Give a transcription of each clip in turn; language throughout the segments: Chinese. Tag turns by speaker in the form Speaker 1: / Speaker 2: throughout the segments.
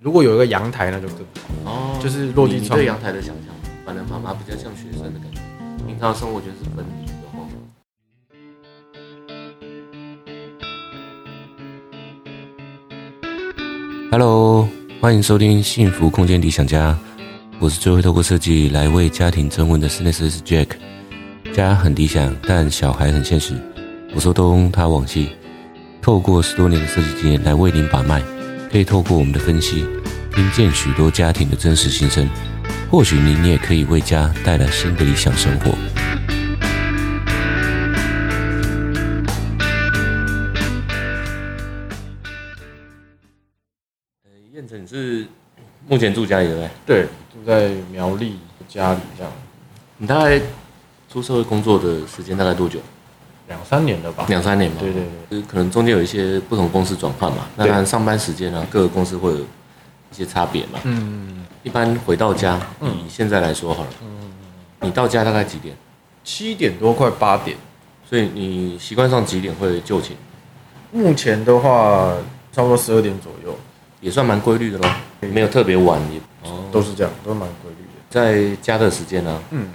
Speaker 1: 如果有一个阳台，那就更
Speaker 2: 哦，
Speaker 1: 就是落地
Speaker 2: 你你
Speaker 1: 窗
Speaker 2: 对阳台的想象，反正妈妈比较像学生的感觉，平常的生活就是分离的话，Hello，欢迎收听《幸福空间理想家》，我是最会透过设计来为家庭升温的室内设计师 Jack。家很理想，但小孩很现实。我说东，他往西。透过十多年的设计经验来为您把脉，可以透过我们的分析，听见许多家庭的真实心声。或许您也可以为家带来新的理想生活。哎燕城是目前住家里对不对？
Speaker 1: 对。住在苗栗家里这样
Speaker 2: 你大概出社会工作的时间大概多久？
Speaker 1: 两三年了吧？
Speaker 2: 两三年嘛。
Speaker 1: 对对对，
Speaker 2: 就是可能中间有一些不同公司转换嘛，那
Speaker 1: 对
Speaker 2: 当然上班时间啊，各个公司会有一些差别嘛。
Speaker 1: 嗯，
Speaker 2: 一般回到家，
Speaker 1: 嗯
Speaker 2: 以现在来说好了，你到家大概几点？
Speaker 1: 七点多快八点。
Speaker 2: 所以你习惯上几点会就寝，
Speaker 1: 目前的话，差不多十二点左右，
Speaker 2: 也算蛮规律的咯，没有特别晚也。哦，
Speaker 1: 都是这样，都蛮规律的。
Speaker 2: 在家的时间呢、
Speaker 1: 嗯，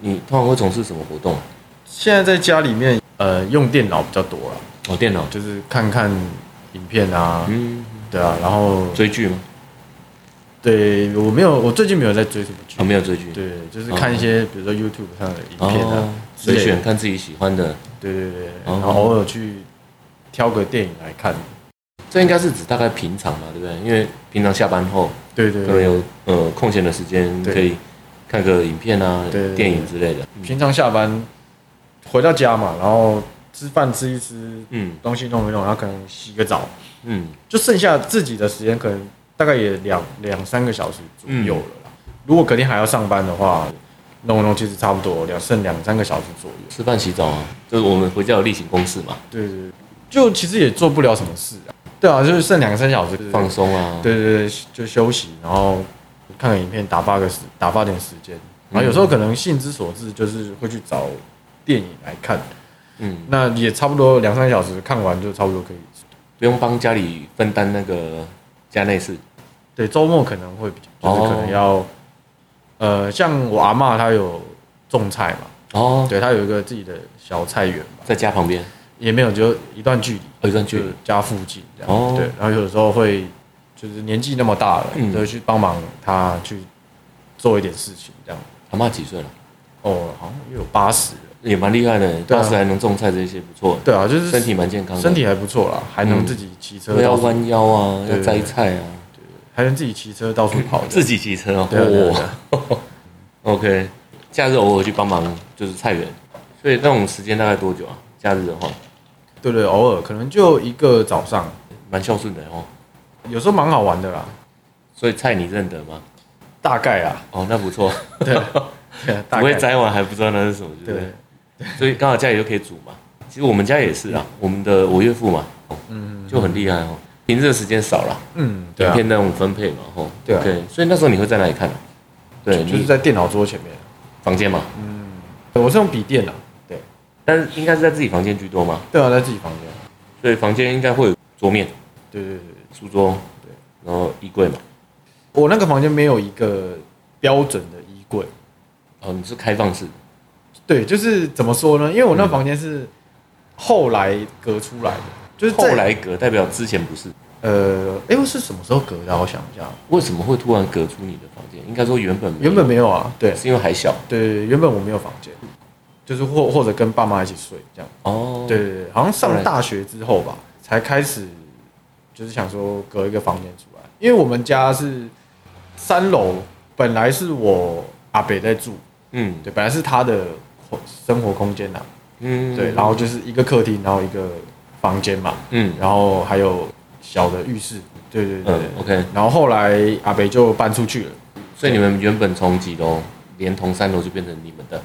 Speaker 2: 你通常会从事什么活动？
Speaker 1: 现在在家里面，呃，用电脑比较多了，
Speaker 2: 哦，电脑，
Speaker 1: 就是看看影片啊，
Speaker 2: 嗯，
Speaker 1: 对啊，然后
Speaker 2: 追剧吗？
Speaker 1: 对我没有，我最近没有在追什么剧
Speaker 2: 啊、，没有追剧，
Speaker 1: 对，就是看一些比如说 YouTube 上的影片啊
Speaker 2: 哦，，
Speaker 1: 之类
Speaker 2: 随
Speaker 1: 的
Speaker 2: 选看自己喜欢的。
Speaker 1: 对对对，对
Speaker 2: 哦
Speaker 1: 然后偶尔去挑个电影来看，
Speaker 2: 这应该是指大概平常嘛，对不对？因为平常下班后
Speaker 1: 对对
Speaker 2: 可能
Speaker 1: 对，
Speaker 2: 有呃空闲的时间，
Speaker 1: 对
Speaker 2: 可以看个影片啊
Speaker 1: 对对、对
Speaker 2: 电影之类的。
Speaker 1: 平常下班回到家嘛，然后吃饭吃一吃，
Speaker 2: 嗯
Speaker 1: 东西弄一弄，然后可能洗个澡，
Speaker 2: 嗯，
Speaker 1: 就剩下自己的时间可能大概也两两三个小时左右了啦。如果隔天还要上班的话，弄一弄其实差不多两剩两三个小时左右。
Speaker 2: 吃饭洗澡啊，就是我们回家有例行公事嘛，
Speaker 1: 对对对，就其实也做不了什么事啊。对啊，就是剩两个三小时
Speaker 2: 放。松啊。
Speaker 1: 对对对，就休息，然后看个影片，打发个时打发点时间。然后有时候可能兴之所至，就是会去找电影来看。
Speaker 2: 嗯，
Speaker 1: 那也差不多两三小时看完就差不多可以。
Speaker 2: 不用帮家里分担那个家内事。
Speaker 1: 对，周末可能会比较，就是可能
Speaker 2: 哦
Speaker 1: 要，呃，像我阿嬷她有种菜嘛，
Speaker 2: 哦，
Speaker 1: 对，她有一个自己的小菜园嘛，
Speaker 2: 在家旁边，
Speaker 1: 也没有就一段距离，
Speaker 2: 哦一段距
Speaker 1: 就
Speaker 2: 离
Speaker 1: 家附近这样，
Speaker 2: 哦
Speaker 1: 对，然后有的时候会就是年纪那么大了，
Speaker 2: 嗯
Speaker 1: 就会去帮忙她去做一点事情这样。
Speaker 2: 阿妈几岁了？
Speaker 1: 哦，好像也有八十了，
Speaker 2: 也蛮厉害的，
Speaker 1: 对啊
Speaker 2: 当时还能种菜，这些不错，
Speaker 1: 对啊，就是
Speaker 2: 身体蛮健康的。
Speaker 1: 身体还不错啦，还能
Speaker 2: 嗯
Speaker 1: 自己骑车
Speaker 2: 都要
Speaker 1: 到处，
Speaker 2: 弯腰啊，
Speaker 1: 对
Speaker 2: 要摘菜啊，
Speaker 1: 还能自己骑车到处跑这
Speaker 2: 自
Speaker 1: 样，
Speaker 2: 己骑车啊。
Speaker 1: 对啊对啊对
Speaker 2: 哇 OK，假日偶尔去帮忙就是菜园，所以那种时间大概多久啊？假日的话，
Speaker 1: 对对，偶尔可能就一个早上，
Speaker 2: 蛮孝顺的哦。
Speaker 1: 有时候蛮好玩的啦，
Speaker 2: 所以菜你认得吗？
Speaker 1: 大概啦。
Speaker 2: 哦，那不错，
Speaker 1: 对，
Speaker 2: 不
Speaker 1: 大
Speaker 2: 会
Speaker 1: 概
Speaker 2: 摘完还不知道那是什么，对不
Speaker 1: 对
Speaker 2: 对？所以刚好家里就可以煮嘛。其实我们家也是啊，我们的我岳父嘛，嗯，就很厉害哦。平日的时间少了，
Speaker 1: 嗯，对
Speaker 2: 影
Speaker 1: 啊，
Speaker 2: 片那种分配嘛，吼，
Speaker 1: 对啊
Speaker 2: OK，所以那时候你会在哪里看啊？对，
Speaker 1: 就
Speaker 2: 就是是在
Speaker 1: 在电脑桌前面。
Speaker 2: 房间嘛，
Speaker 1: 我是用笔电啊，对，
Speaker 2: 但是应该是在自己房间居多嘛，
Speaker 1: 对啊，在自己房间。
Speaker 2: 所以房间应该会有桌面、
Speaker 1: 对对对，对
Speaker 2: 书桌，对，然后衣柜嘛。
Speaker 1: 我那个房间没有一个标准的衣柜，
Speaker 2: 哦，你是开放式的，
Speaker 1: 对，就是怎么说呢？因为我那房间是后来隔出来的，就是在
Speaker 2: 后来隔代表之前不是。
Speaker 1: 呃，哎，我是什么时候隔的啊？我想一下，
Speaker 2: 为什么会突然隔出你的房间？应该说原本没有
Speaker 1: 原本没有啊，对
Speaker 2: 是因为还小
Speaker 1: 对，原本我没有房间，就是或或者跟爸妈一起睡这样。
Speaker 2: 哦，
Speaker 1: 对，对对，好像
Speaker 2: 后
Speaker 1: 上
Speaker 2: 来
Speaker 1: 大学之后吧，才开始就是想说隔一个房间出来，因为我们家是三楼，本来是我阿北在住，
Speaker 2: 嗯
Speaker 1: 对，本来是他的生活空间呐、啊
Speaker 2: 嗯
Speaker 1: 对，然后就是一个客厅，然后一个房间嘛，
Speaker 2: 嗯
Speaker 1: 然后还有小的浴室，对对对。
Speaker 2: 嗯，OK，
Speaker 1: 然后后来阿北就搬出去了，
Speaker 2: 所以你们原本从几楼，连同三楼就变成你们的，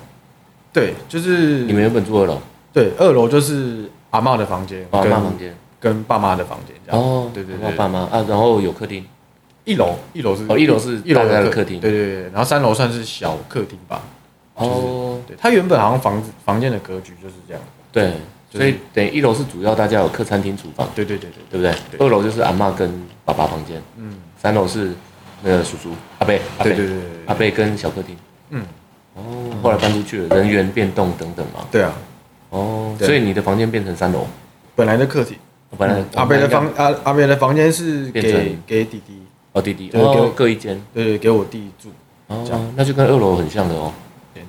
Speaker 1: 对，就是
Speaker 2: 你们原本住二楼，
Speaker 1: 对二楼就是阿嬷的房间，
Speaker 2: 爸
Speaker 1: 跟
Speaker 2: 妈哦房间
Speaker 1: 跟爸妈的房间这样。
Speaker 2: 哦，
Speaker 1: 对对
Speaker 2: 然后
Speaker 1: 对，
Speaker 2: 爸妈啊，然后有客厅，
Speaker 1: 一楼，一楼是
Speaker 2: 哦一楼是
Speaker 1: 一楼
Speaker 2: 大家的
Speaker 1: 客
Speaker 2: 客厅
Speaker 1: 对对对，然后三楼算是小客厅吧。
Speaker 2: 哦，
Speaker 1: 对，它原本好像房子房间的格局就是这样。
Speaker 2: 对，
Speaker 1: 就是
Speaker 2: 所以等于一楼是主要大家有客餐厅、厨房，
Speaker 1: 对对对对对，
Speaker 2: 对不对？
Speaker 1: 对
Speaker 2: 二楼就是阿嬷跟爸爸房间，
Speaker 1: 嗯，
Speaker 2: 三楼是那个叔叔阿贝，阿
Speaker 1: 对
Speaker 2: 贝
Speaker 1: 对对对
Speaker 2: 阿贝跟小客厅。
Speaker 1: 嗯，
Speaker 2: 哦，后来搬出去了，人员变动等等嘛。
Speaker 1: 对啊，
Speaker 2: 哦，
Speaker 1: 对
Speaker 2: 所以你的房间变成三楼，哦
Speaker 1: 本来的课题，
Speaker 2: 本来
Speaker 1: 阿贝的房阿阿贝的房间是
Speaker 2: 变
Speaker 1: 给
Speaker 2: 成
Speaker 1: 给弟弟，
Speaker 2: 哦弟弟
Speaker 1: 对给
Speaker 2: 哦
Speaker 1: 我
Speaker 2: 各一间
Speaker 1: 对，给我弟住，这
Speaker 2: 哦
Speaker 1: 样，
Speaker 2: 那就跟二楼很像的哦，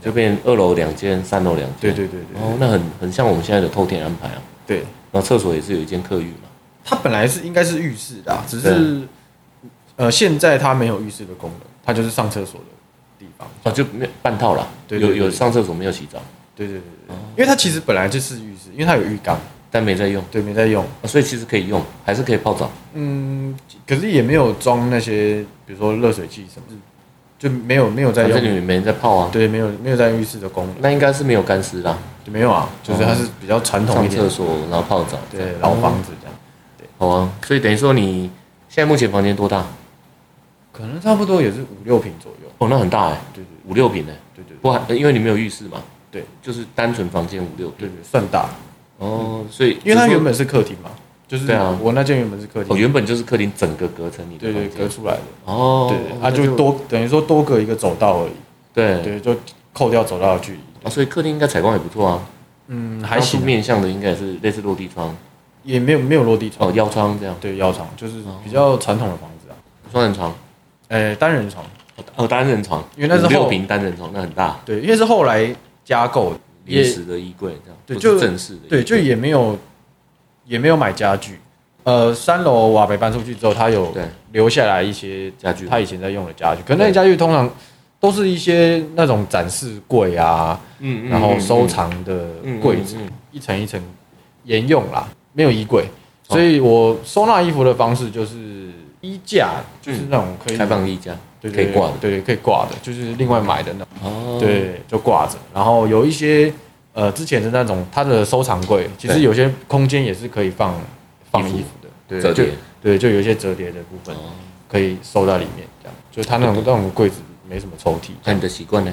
Speaker 2: 就变二楼两间，三楼两间。
Speaker 1: 对对对对
Speaker 2: 哦，那很很像我们现在的透天安排啊。
Speaker 1: 对，
Speaker 2: 然后厕所也是有一间客浴嘛。
Speaker 1: 他本来是应该是浴室的啊，只
Speaker 2: 对
Speaker 1: 是呃现在他没有浴室的功能，他就是上厕所的地方。
Speaker 2: 哦，就没有半套啦，
Speaker 1: 对对对
Speaker 2: 有有
Speaker 1: 对
Speaker 2: 上厕所没有洗澡，
Speaker 1: 对对对对
Speaker 2: 哦
Speaker 1: 对，因为他其实本来就是浴室，因为他有浴缸，
Speaker 2: 但没在用，
Speaker 1: 对，没在用。
Speaker 2: 哦所以其实可以用，还是可以泡澡。
Speaker 1: 嗯，可是也没有装那些，比如说热水器什么的，就没有没有在
Speaker 2: 反嗯正你
Speaker 1: 用。
Speaker 2: 们没人在泡啊，
Speaker 1: 对，没有没有在浴室的功能，
Speaker 2: 那应该是没有干湿啦，
Speaker 1: 就没有啊，就是它是比较传统一
Speaker 2: 上
Speaker 1: 点
Speaker 2: 厕
Speaker 1: 的，
Speaker 2: 所然后泡澡。
Speaker 1: 对，老房子这样，
Speaker 2: 好啊，所以等于说你现在目前房间多大？
Speaker 1: 可能差不多也是五六平左右。
Speaker 2: 哦，那很大哎、
Speaker 1: 对对
Speaker 2: 五六平哎、
Speaker 1: 对对
Speaker 2: 不含，因为你没有浴室嘛，
Speaker 1: 对，
Speaker 2: 就是单纯房间五六
Speaker 1: 对
Speaker 2: 平。
Speaker 1: 对，算大，
Speaker 2: 哦，所以
Speaker 1: 因为它
Speaker 2: 只是说
Speaker 1: 原本是客厅嘛，就是
Speaker 2: 对啊
Speaker 1: 我那间原本是客厅
Speaker 2: 哦，原本就是客厅整个隔成你的
Speaker 1: 对
Speaker 2: 房
Speaker 1: 对，
Speaker 2: 间。
Speaker 1: 隔出来的，
Speaker 2: 哦，
Speaker 1: 对，它
Speaker 2: 那
Speaker 1: 就多等于说多隔一个走道而已，
Speaker 2: 对
Speaker 1: 对，就扣掉走道的距离，
Speaker 2: 啊，所以客厅应该采光也不错啊，
Speaker 1: 嗯，
Speaker 2: 当初面向的应该也是类似落地窗
Speaker 1: 也没有没有落地窗，
Speaker 2: 哦，腰窗这样，
Speaker 1: 对，腰床就是比较传统的房子啊，
Speaker 2: 双人床
Speaker 1: 呃，单人床，
Speaker 2: 哦哦，单人床，
Speaker 1: 因为那是
Speaker 2: 五六
Speaker 1: 后
Speaker 2: 平单人床，那很大，
Speaker 1: 对，因为是后来加购的，
Speaker 2: 临
Speaker 1: 也
Speaker 2: 时的衣柜这样，
Speaker 1: 对
Speaker 2: 不
Speaker 1: 就是
Speaker 2: 正式的衣柜，嗯
Speaker 1: 对，就也没有也没有买家具，呃，三楼瓦北搬出去之后，他有
Speaker 2: 对
Speaker 1: 留下来一些
Speaker 2: 家具
Speaker 1: 他以前在用的家具，可能那
Speaker 2: 对
Speaker 1: 些家具通常都是一些那种展示柜啊，
Speaker 2: 嗯，嗯
Speaker 1: 然后收藏的柜子，
Speaker 2: 嗯嗯嗯嗯
Speaker 1: 一层一层沿用啦，没有衣柜，所
Speaker 2: 哦
Speaker 1: 以我收纳衣服的方式就是衣架，就是那种可以
Speaker 2: 嗯开放衣架
Speaker 1: 对
Speaker 2: 可以挂的
Speaker 1: 对对可以挂的，就是另外买的那种，
Speaker 2: 哦，
Speaker 1: 对，就挂着。然后有一些呃之前的那种它的收藏柜，其实
Speaker 2: 对
Speaker 1: 有些空间也是可以放放
Speaker 2: 衣服
Speaker 1: 衣服的，对，
Speaker 2: 折叠
Speaker 1: 就对，就有一些折叠的部分
Speaker 2: 哦，
Speaker 1: 可以收在里面，这样，就它那种那种柜子没什么抽屉，
Speaker 2: 那你的习惯呢？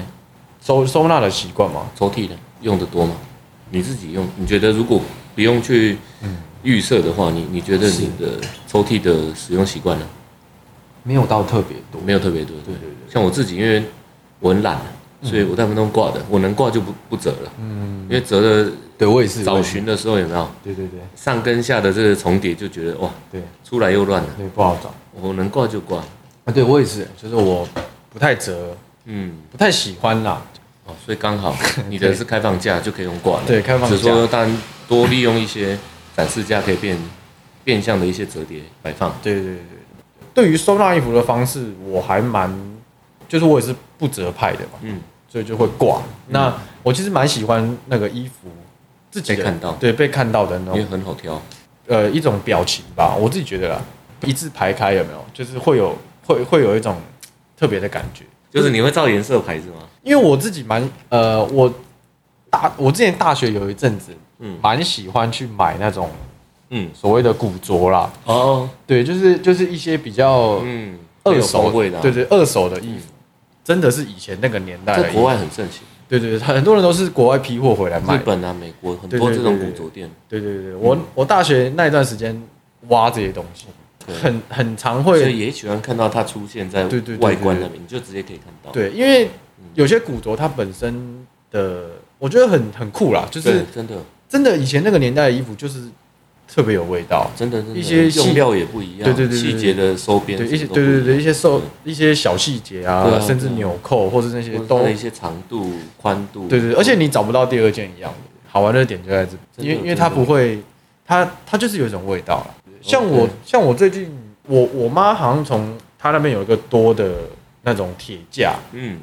Speaker 1: 收收纳的习惯嘛，
Speaker 2: 抽屉呢？用的多吗？你自己用？你觉得如果不用去
Speaker 1: 嗯
Speaker 2: 预设的话，你你觉得你的抽屉的使用习惯呢？
Speaker 1: 没有到特别多，
Speaker 2: 没有特别多，
Speaker 1: 对对对
Speaker 2: 像我自己，因为我很懒，啊
Speaker 1: 嗯
Speaker 2: 所以我大部分都挂的，我能挂就不不折了。嗯，因为折的
Speaker 1: 对我也是
Speaker 2: 找寻的时候有没有
Speaker 1: 对对对
Speaker 2: 上跟下的这个重叠，就觉得哇，
Speaker 1: 对
Speaker 2: 出来又乱了。
Speaker 1: 对，不好找
Speaker 2: 我能挂就挂，
Speaker 1: 啊。对我也是，就是我不太折，
Speaker 2: 嗯，
Speaker 1: 不太喜欢啦。
Speaker 2: 哦，所以刚 好你的是开放架就可以用挂的，
Speaker 1: 对开放架
Speaker 2: 只是说当然多利用一些展示架，可以变变相的一些折叠摆放。
Speaker 1: 对对对对，对于收纳衣服的方式，我还蛮，就是我也是不折派的嘛，
Speaker 2: 嗯，
Speaker 1: 所以就会挂。那我其实蛮喜欢那个衣服自己的
Speaker 2: 被看到
Speaker 1: 对被看到的那
Speaker 2: 因为
Speaker 1: 种
Speaker 2: 很好挑，
Speaker 1: 呃一种表情吧，我自己觉得啦，一字排开有没有？就是会有会会有一种特别的感觉。
Speaker 2: 就是你会照颜色排是吗？
Speaker 1: 因为我自己蛮呃，我大我之前大学有一阵子，
Speaker 2: 嗯
Speaker 1: 蛮喜欢去买那种
Speaker 2: 嗯，
Speaker 1: 所谓的古着啦，
Speaker 2: 哦，
Speaker 1: 对，就是就是一些比较
Speaker 2: 嗯，
Speaker 1: 二
Speaker 2: 很
Speaker 1: 手
Speaker 2: 有，味的啊，嗯
Speaker 1: 对对，二手的衣服，真的是以前那个年代的
Speaker 2: 在
Speaker 1: 衣
Speaker 2: 国
Speaker 1: 服，
Speaker 2: 外很盛行，
Speaker 1: 对对对，很多人都是国外批货回来买
Speaker 2: 日，本啊、美国很
Speaker 1: 对
Speaker 2: 多
Speaker 1: 对
Speaker 2: 这种
Speaker 1: 对
Speaker 2: 古
Speaker 1: 对
Speaker 2: 着店，
Speaker 1: 对对对，
Speaker 2: 嗯
Speaker 1: 我我大学那一段时间挖这些东西，
Speaker 2: 对
Speaker 1: 很很常
Speaker 2: 所
Speaker 1: 会
Speaker 2: 以也喜欢看到它出现在
Speaker 1: 对对对对
Speaker 2: 外观那边，你就直接可以看到。
Speaker 1: 对，因为有些古着它本身的，我觉得很很酷啦，就
Speaker 2: 对，
Speaker 1: 是
Speaker 2: 真的，
Speaker 1: 真的以前那个年代的衣服就是特别有味道。
Speaker 2: 真的，真的
Speaker 1: 一些细
Speaker 2: 用料也不一样，
Speaker 1: 对对对对对
Speaker 2: 细节的收边，
Speaker 1: 对一些
Speaker 2: 什么
Speaker 1: 对
Speaker 2: 都不
Speaker 1: 对
Speaker 2: 一
Speaker 1: 对
Speaker 2: 样
Speaker 1: 一些瘦一些小细节
Speaker 2: 对啊
Speaker 1: 啊，甚至
Speaker 2: 对啊
Speaker 1: 纽扣或者那些
Speaker 2: 或者
Speaker 1: 都
Speaker 2: 它的一些长度、宽度，
Speaker 1: 对对，对而且你找不到第二件一样的。好玩的点就在这，
Speaker 2: 真的
Speaker 1: 因为因为
Speaker 2: 真的
Speaker 1: 它不会，它它就是有一种味道啦。像
Speaker 2: OK
Speaker 1: 我像我最近，我我妈好像从她那边有一个多的那种铁架，
Speaker 2: 嗯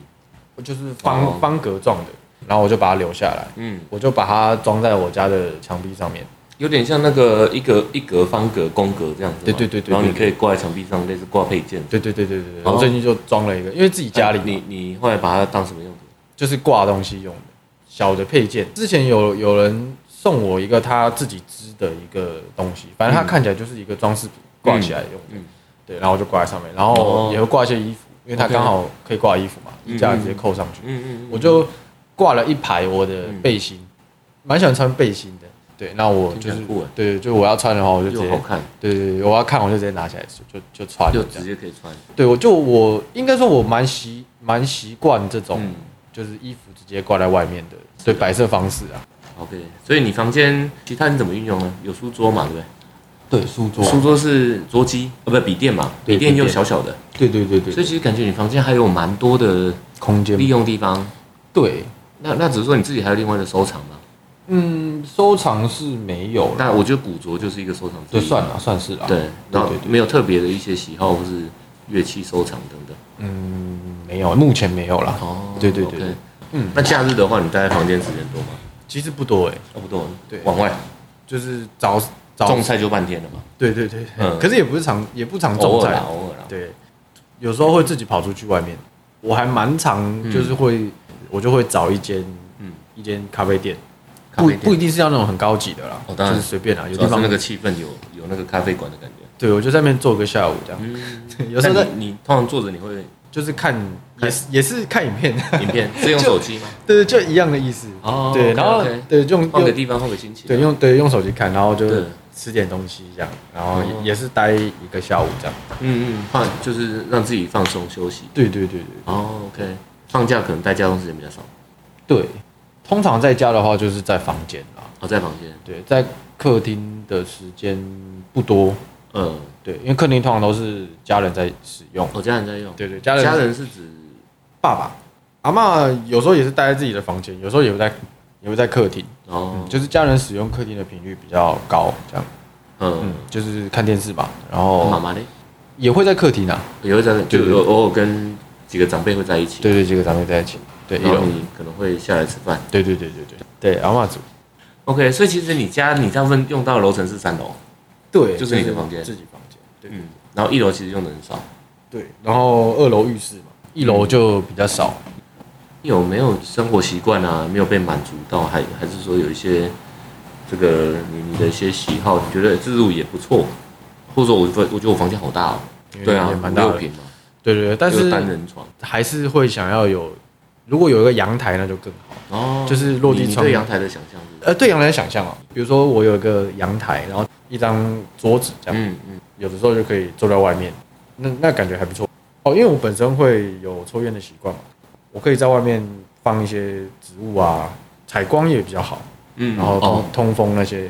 Speaker 1: 就是方、
Speaker 2: 哦
Speaker 1: 方格状的，然后我就把它留下来，
Speaker 2: 嗯，
Speaker 1: 我就把它装在我家的墙壁上面。
Speaker 2: 有点像那个一格一格方格、宫格这样子嘛，
Speaker 1: 对对对对对
Speaker 2: 然后你可以挂在墙壁上，类似挂配件。
Speaker 1: 对对对对对对，
Speaker 2: 哦
Speaker 1: 我最近就装了一个，因为自己家里嘛
Speaker 2: 你你后来把它当什么用途？
Speaker 1: 就是挂东西用的小的配件。之前有有人送我一个他自己织的一个东西，反正它
Speaker 2: 嗯
Speaker 1: 看起来就是一个装饰品，挂起来用的。
Speaker 2: 嗯嗯
Speaker 1: 对，然后我就挂在上面，然后也会挂一些衣服，因为它
Speaker 2: 哦 OK
Speaker 1: 刚好可以挂衣服嘛，
Speaker 2: 嗯
Speaker 1: 衣架直接扣上去。
Speaker 2: 嗯嗯嗯，
Speaker 1: 我就挂了一排我的背心，蛮喜欢穿背心的。对，那我就
Speaker 2: 听起来
Speaker 1: 是
Speaker 2: 很酷耶啊
Speaker 1: 对，就我要穿的话，我就直
Speaker 2: 又
Speaker 1: 接
Speaker 2: 好看，
Speaker 1: 对对对，我要看我就直接拿起来就就就穿了
Speaker 2: 又
Speaker 1: 这
Speaker 2: 直
Speaker 1: 样。
Speaker 2: 接可以穿，
Speaker 1: 对，我就我应该说我蛮习蛮习惯这种、
Speaker 2: 嗯
Speaker 1: 就是衣服直接挂在外面的对摆设方式啊。
Speaker 2: ，OK。所以你房间其他你怎么运用呢？有书桌嘛，对不对？
Speaker 1: 对，书桌
Speaker 2: 书桌是桌机，呃，不，笔电嘛，
Speaker 1: 对
Speaker 2: 笔电
Speaker 1: 笔
Speaker 2: 又
Speaker 1: 电
Speaker 2: 小小的，
Speaker 1: 对对对对
Speaker 2: 所以其实感觉你房间还有蛮多的
Speaker 1: 空间
Speaker 2: 利用地方。
Speaker 1: 对，
Speaker 2: 那那只是说你自己还有另外的收藏嘛？
Speaker 1: 嗯，收藏是没有了，
Speaker 2: 那我觉得古着就是一个收藏
Speaker 1: 就
Speaker 2: 之一，
Speaker 1: 算了，算是了。
Speaker 2: 对，然后
Speaker 1: 对对
Speaker 2: 没有特别的一些喜好或是乐器收藏等等。
Speaker 1: 嗯，没有，目前没有啦。
Speaker 2: 哦
Speaker 1: 对对对
Speaker 2: OK
Speaker 1: 嗯，
Speaker 2: 那假日的话，你待在房间时间多吗？
Speaker 1: 其实不多哎、
Speaker 2: 差不多，
Speaker 1: 对
Speaker 2: 往外
Speaker 1: 就是早早
Speaker 2: 种菜就半天了嘛，
Speaker 1: 对对对，
Speaker 2: 嗯
Speaker 1: 可是也不是常也不常
Speaker 2: 偶
Speaker 1: 种
Speaker 2: 尔
Speaker 1: 菜啊
Speaker 2: 啦，，偶尔啦。
Speaker 1: 对，有时候会自己跑出去外面。我还蛮常就是会，我就会找一间
Speaker 2: 嗯
Speaker 1: 一间咖啡店，
Speaker 2: 咖啡
Speaker 1: 不
Speaker 2: 店
Speaker 1: 不一定是要那种很高级的啦，
Speaker 2: 哦当然
Speaker 1: 就是随便啊啦，有
Speaker 2: 主
Speaker 1: 地
Speaker 2: 要是
Speaker 1: 方
Speaker 2: 那个气氛有有那个咖啡馆的感觉。
Speaker 1: 对我就在那边坐个下午这样，
Speaker 2: 嗯，
Speaker 1: 有时候
Speaker 2: 那
Speaker 1: 在
Speaker 2: 你你通常坐着你会
Speaker 1: 就是看也是也是看影片，
Speaker 2: 影片是用手机吗？
Speaker 1: 对，就一样的意思。
Speaker 2: 哦
Speaker 1: 对，
Speaker 2: OK，
Speaker 1: 然后
Speaker 2: OK
Speaker 1: 对用
Speaker 2: 换个
Speaker 1: 用
Speaker 2: 地方，换个心情。
Speaker 1: 对用对用手机看，然后就
Speaker 2: 对
Speaker 1: 吃点东西这样，然后
Speaker 2: 哦
Speaker 1: 也是待一个下午这样。
Speaker 2: 嗯嗯，放就是让自己放松休息。
Speaker 1: 对对对对
Speaker 2: 哦，OK，放假可能待家中时间比较少，
Speaker 1: 对，通常在家的话就是在房间啦，
Speaker 2: 哦，在房间，
Speaker 1: 对，在客厅的时间不多，
Speaker 2: 嗯，
Speaker 1: 对，因为客厅通常都是家人在使用。
Speaker 2: 我哦家人在用，
Speaker 1: 对对，家人
Speaker 2: 家人是指
Speaker 1: 爸爸、阿妈有时候也是待在自己的房间，有时候也会在也会在客厅，
Speaker 2: 哦
Speaker 1: 嗯，，就是家人使用客厅的频率比较高，这样，嗯
Speaker 2: 嗯，，
Speaker 1: 就是看电视吧，然
Speaker 2: 哦妈
Speaker 1: 后
Speaker 2: 妈呢，
Speaker 1: 也会在客厅啊，
Speaker 2: 也会在，就
Speaker 1: 对对
Speaker 2: 有偶尔跟几个长辈会在一起，
Speaker 1: 对对，这个咱们在一起，对，一
Speaker 2: 然
Speaker 1: 楼
Speaker 2: 后，你可能会下来吃饭。
Speaker 1: 对对对对对对，阿妈组，
Speaker 2: OK，所以其实你家你大部分用到的楼层是三楼，
Speaker 1: 对
Speaker 2: 就是你的房间
Speaker 1: 自己房间，对
Speaker 2: 嗯，然后一楼其实用的很少。
Speaker 1: 对，然后二楼浴室嘛，一楼就比较少，
Speaker 2: 你有没有生活习惯啊？没有被满足到，还还是说有一些这个你你的一些喜好，你觉得自助也不错，或者说我我觉得我房间好大哦，
Speaker 1: 因为
Speaker 2: 对
Speaker 1: 嗯
Speaker 2: 啊
Speaker 1: 也，蛮
Speaker 2: 五
Speaker 1: 大
Speaker 2: 六
Speaker 1: 的，
Speaker 2: 平嘛，
Speaker 1: 对对对，但
Speaker 2: 就是单人床
Speaker 1: 还是会想要有，如果有一个阳台那就更好，
Speaker 2: 哦
Speaker 1: 就是落地
Speaker 2: 你你
Speaker 1: 窗
Speaker 2: 对阳台的想象是什么
Speaker 1: 呃，对阳台的想象哦，比如说我有一个阳台，然后一张桌子这样，
Speaker 2: 嗯嗯，
Speaker 1: 有的时候就可以坐在外面，那那感觉还不错哦，因为我本身会有抽烟的习惯嘛，我可以在外面放一些植物啊，采光也比较好。
Speaker 2: 嗯
Speaker 1: 然后通、
Speaker 2: 哦，
Speaker 1: 通风那些，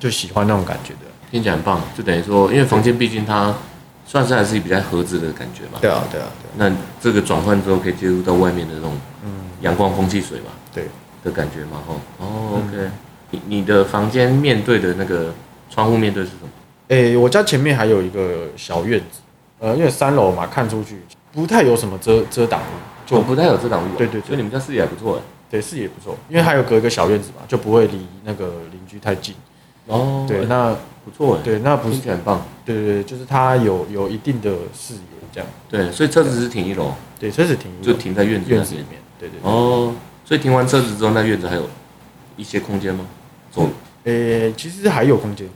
Speaker 1: 就喜欢那种感觉的。
Speaker 2: 听起来很棒，就等于说，因为房间毕竟它算是还是比较合适的感觉嘛，
Speaker 1: 对啊，对啊，对啊，
Speaker 2: 那这个转换之后可以接触到外面的那种
Speaker 1: 嗯
Speaker 2: 阳光、空气、水嘛
Speaker 1: 对，
Speaker 2: 的感觉嘛，吼。哦，OK，你
Speaker 1: 嗯
Speaker 2: 你的房间面对的那个窗户面对是什么？
Speaker 1: 诶、我家前面还有一个小院子，呃，因为三楼嘛，看出去不太有什么遮遮挡物，
Speaker 2: 就
Speaker 1: 就
Speaker 2: 不太有遮挡物啊，
Speaker 1: 对对对
Speaker 2: 所以你们家视野还不错哎。
Speaker 1: 对视野不错，因为还有隔一个小院子嘛，就不会离那个邻居太近。
Speaker 2: 哦
Speaker 1: 对，，那
Speaker 2: 不错哎，
Speaker 1: 对那不
Speaker 2: 听
Speaker 1: 是
Speaker 2: 起来很棒。
Speaker 1: 对对对，就是它有有一定的视野这样。
Speaker 2: 对，所以车子是停一楼，
Speaker 1: 对，车子停一楼
Speaker 2: 就停在院子那
Speaker 1: 院子里
Speaker 2: 边。
Speaker 1: 面。对对对，
Speaker 2: 哦，所以停完车子之后，那院子还有一些空间吗？走，
Speaker 1: 诶、其实还有空间，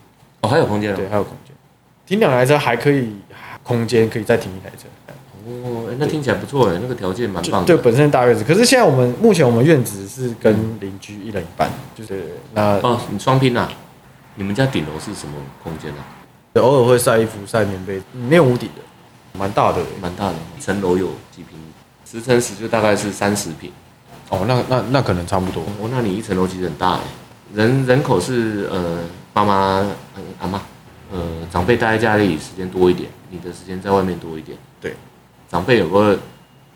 Speaker 2: 哦，还有空间
Speaker 1: 对，
Speaker 2: 了。
Speaker 1: 还有空间，停两台车还可以，空间可以再停一台车。
Speaker 2: 哦，哎那听起来不错哎，那个条件蛮棒
Speaker 1: 就
Speaker 2: 的
Speaker 1: 对。本身大院子，可是现在我们目前我们院子是跟邻居一人一半，就是那
Speaker 2: 哦，你双拼啊？你们家顶楼是什么空间啊？
Speaker 1: 偶尔会晒衣服、晒棉被，没有屋顶的，蛮大的
Speaker 2: 蛮大的，一层楼有几平？十乘十就大概是三十平。
Speaker 1: 哦。那那那可能差不多，
Speaker 2: 哦，那你一层楼其实很大哎。人人口是呃，爸妈、呃、阿妈，呃，长辈待在家里时间多一点，你的时间在外面多一点。
Speaker 1: 对，
Speaker 2: 长辈有个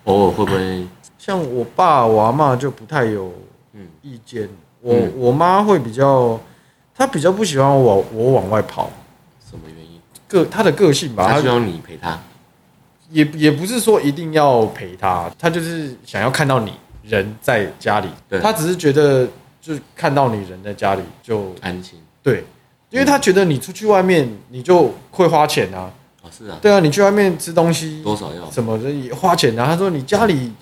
Speaker 2: 偶尔会不会
Speaker 1: 像我爸我阿妈就不太有
Speaker 2: 嗯
Speaker 1: 意见，我、
Speaker 2: 嗯
Speaker 1: 我妈会比较，她比较不喜欢我我往外跑，
Speaker 2: 什么原因？
Speaker 1: 个她的个性吧，
Speaker 2: 他需
Speaker 1: 她
Speaker 2: 要你陪他。
Speaker 1: 也也不是说一定要陪她，她就是想要看到你人在家里
Speaker 2: 对，
Speaker 1: 她只是觉得就是看到你人在家里就。
Speaker 2: 安心
Speaker 1: 对，因为他觉得你出去外面你就会花钱啊，
Speaker 2: 哦，是啊，
Speaker 1: 对啊，你去外面吃东西
Speaker 2: 多少要
Speaker 1: 什么的也花钱啊。他说你家里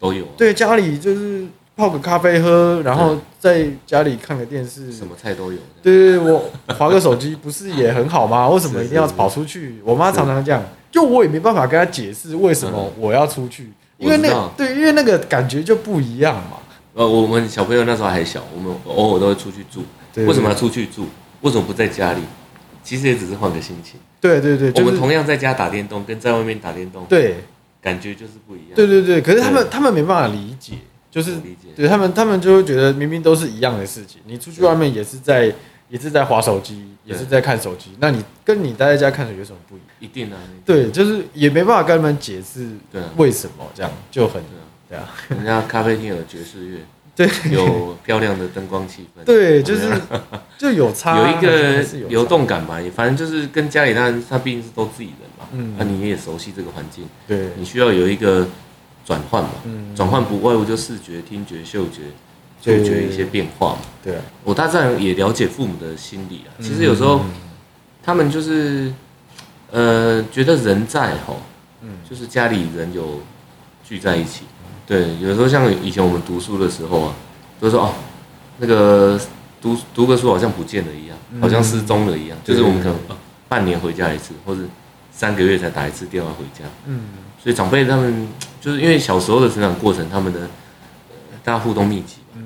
Speaker 2: 都有、啊，
Speaker 1: 对家里就是泡个咖啡喝，然后在家里看个电视，
Speaker 2: 什么菜都有。
Speaker 1: 对对对，我划个手机不是也很好 吗？为什么
Speaker 2: 是
Speaker 1: 一定要
Speaker 2: 是
Speaker 1: 跑出去？我妈常常这样，就我也没办法跟她解释为什么我要出去，因为
Speaker 2: 我知
Speaker 1: 那
Speaker 2: 道
Speaker 1: 对，因为那个感觉就不一样嘛。
Speaker 2: 呃，我们小朋友那时候还小，我们偶尔都会出去住，
Speaker 1: 对
Speaker 2: 为什么要出去住？为什么不在家里？其实也只是换个心情。
Speaker 1: 对对对，就
Speaker 2: 我
Speaker 1: 是
Speaker 2: 们同样在家打电动，跟在外面打电动，
Speaker 1: 对
Speaker 2: 感觉就是不一样。
Speaker 1: 对对对，可是他们
Speaker 2: 对
Speaker 1: 他们没办法理解，就是
Speaker 2: 我理解
Speaker 1: 对他们他们就会觉得明明都是一样的事情，你出去
Speaker 2: 对
Speaker 1: 外面也是在也是在划手机，也是在看手机，那你跟你待在家看手机有什么不一样？
Speaker 2: 一定啊，那个
Speaker 1: 对，就是也没办法跟他们解释
Speaker 2: 对啊
Speaker 1: 为什么这样，就很
Speaker 2: 对啊
Speaker 1: 对啊，
Speaker 2: 人家咖啡厅有爵士乐，
Speaker 1: 对
Speaker 2: 有漂亮的灯光气氛，
Speaker 1: 对，就是
Speaker 2: 我们
Speaker 1: 就有差，啊
Speaker 2: 有一
Speaker 1: 还
Speaker 2: 个
Speaker 1: 是有差
Speaker 2: 流，动感吧。也反正就是跟家里，当然他毕竟是都自己人嘛，
Speaker 1: 嗯
Speaker 2: 那、你也熟悉这个环境，
Speaker 1: 对
Speaker 2: 你需要有一个转换嘛。
Speaker 1: 嗯
Speaker 2: 转换不外乎就视觉、听觉、嗅觉、
Speaker 1: 对
Speaker 2: 触觉一些变化嘛。
Speaker 1: 对啊，
Speaker 2: 我大致上也了解父母的心理啊。
Speaker 1: 嗯
Speaker 2: 其实有时候他们就是，呃，觉得人在吼，
Speaker 1: 嗯
Speaker 2: 就是家里人有聚在一起。对，有时候像以前我们读书的时候啊，都说哦，那个读读个书好像不见了一样，好像失踪了一样。就是我们可能、呃半年回家一次，或者三个月才打一次电话回家。
Speaker 1: 嗯
Speaker 2: 所以长辈他们就是因为小时候的成长过程，他们的呃大家互动密集嘛。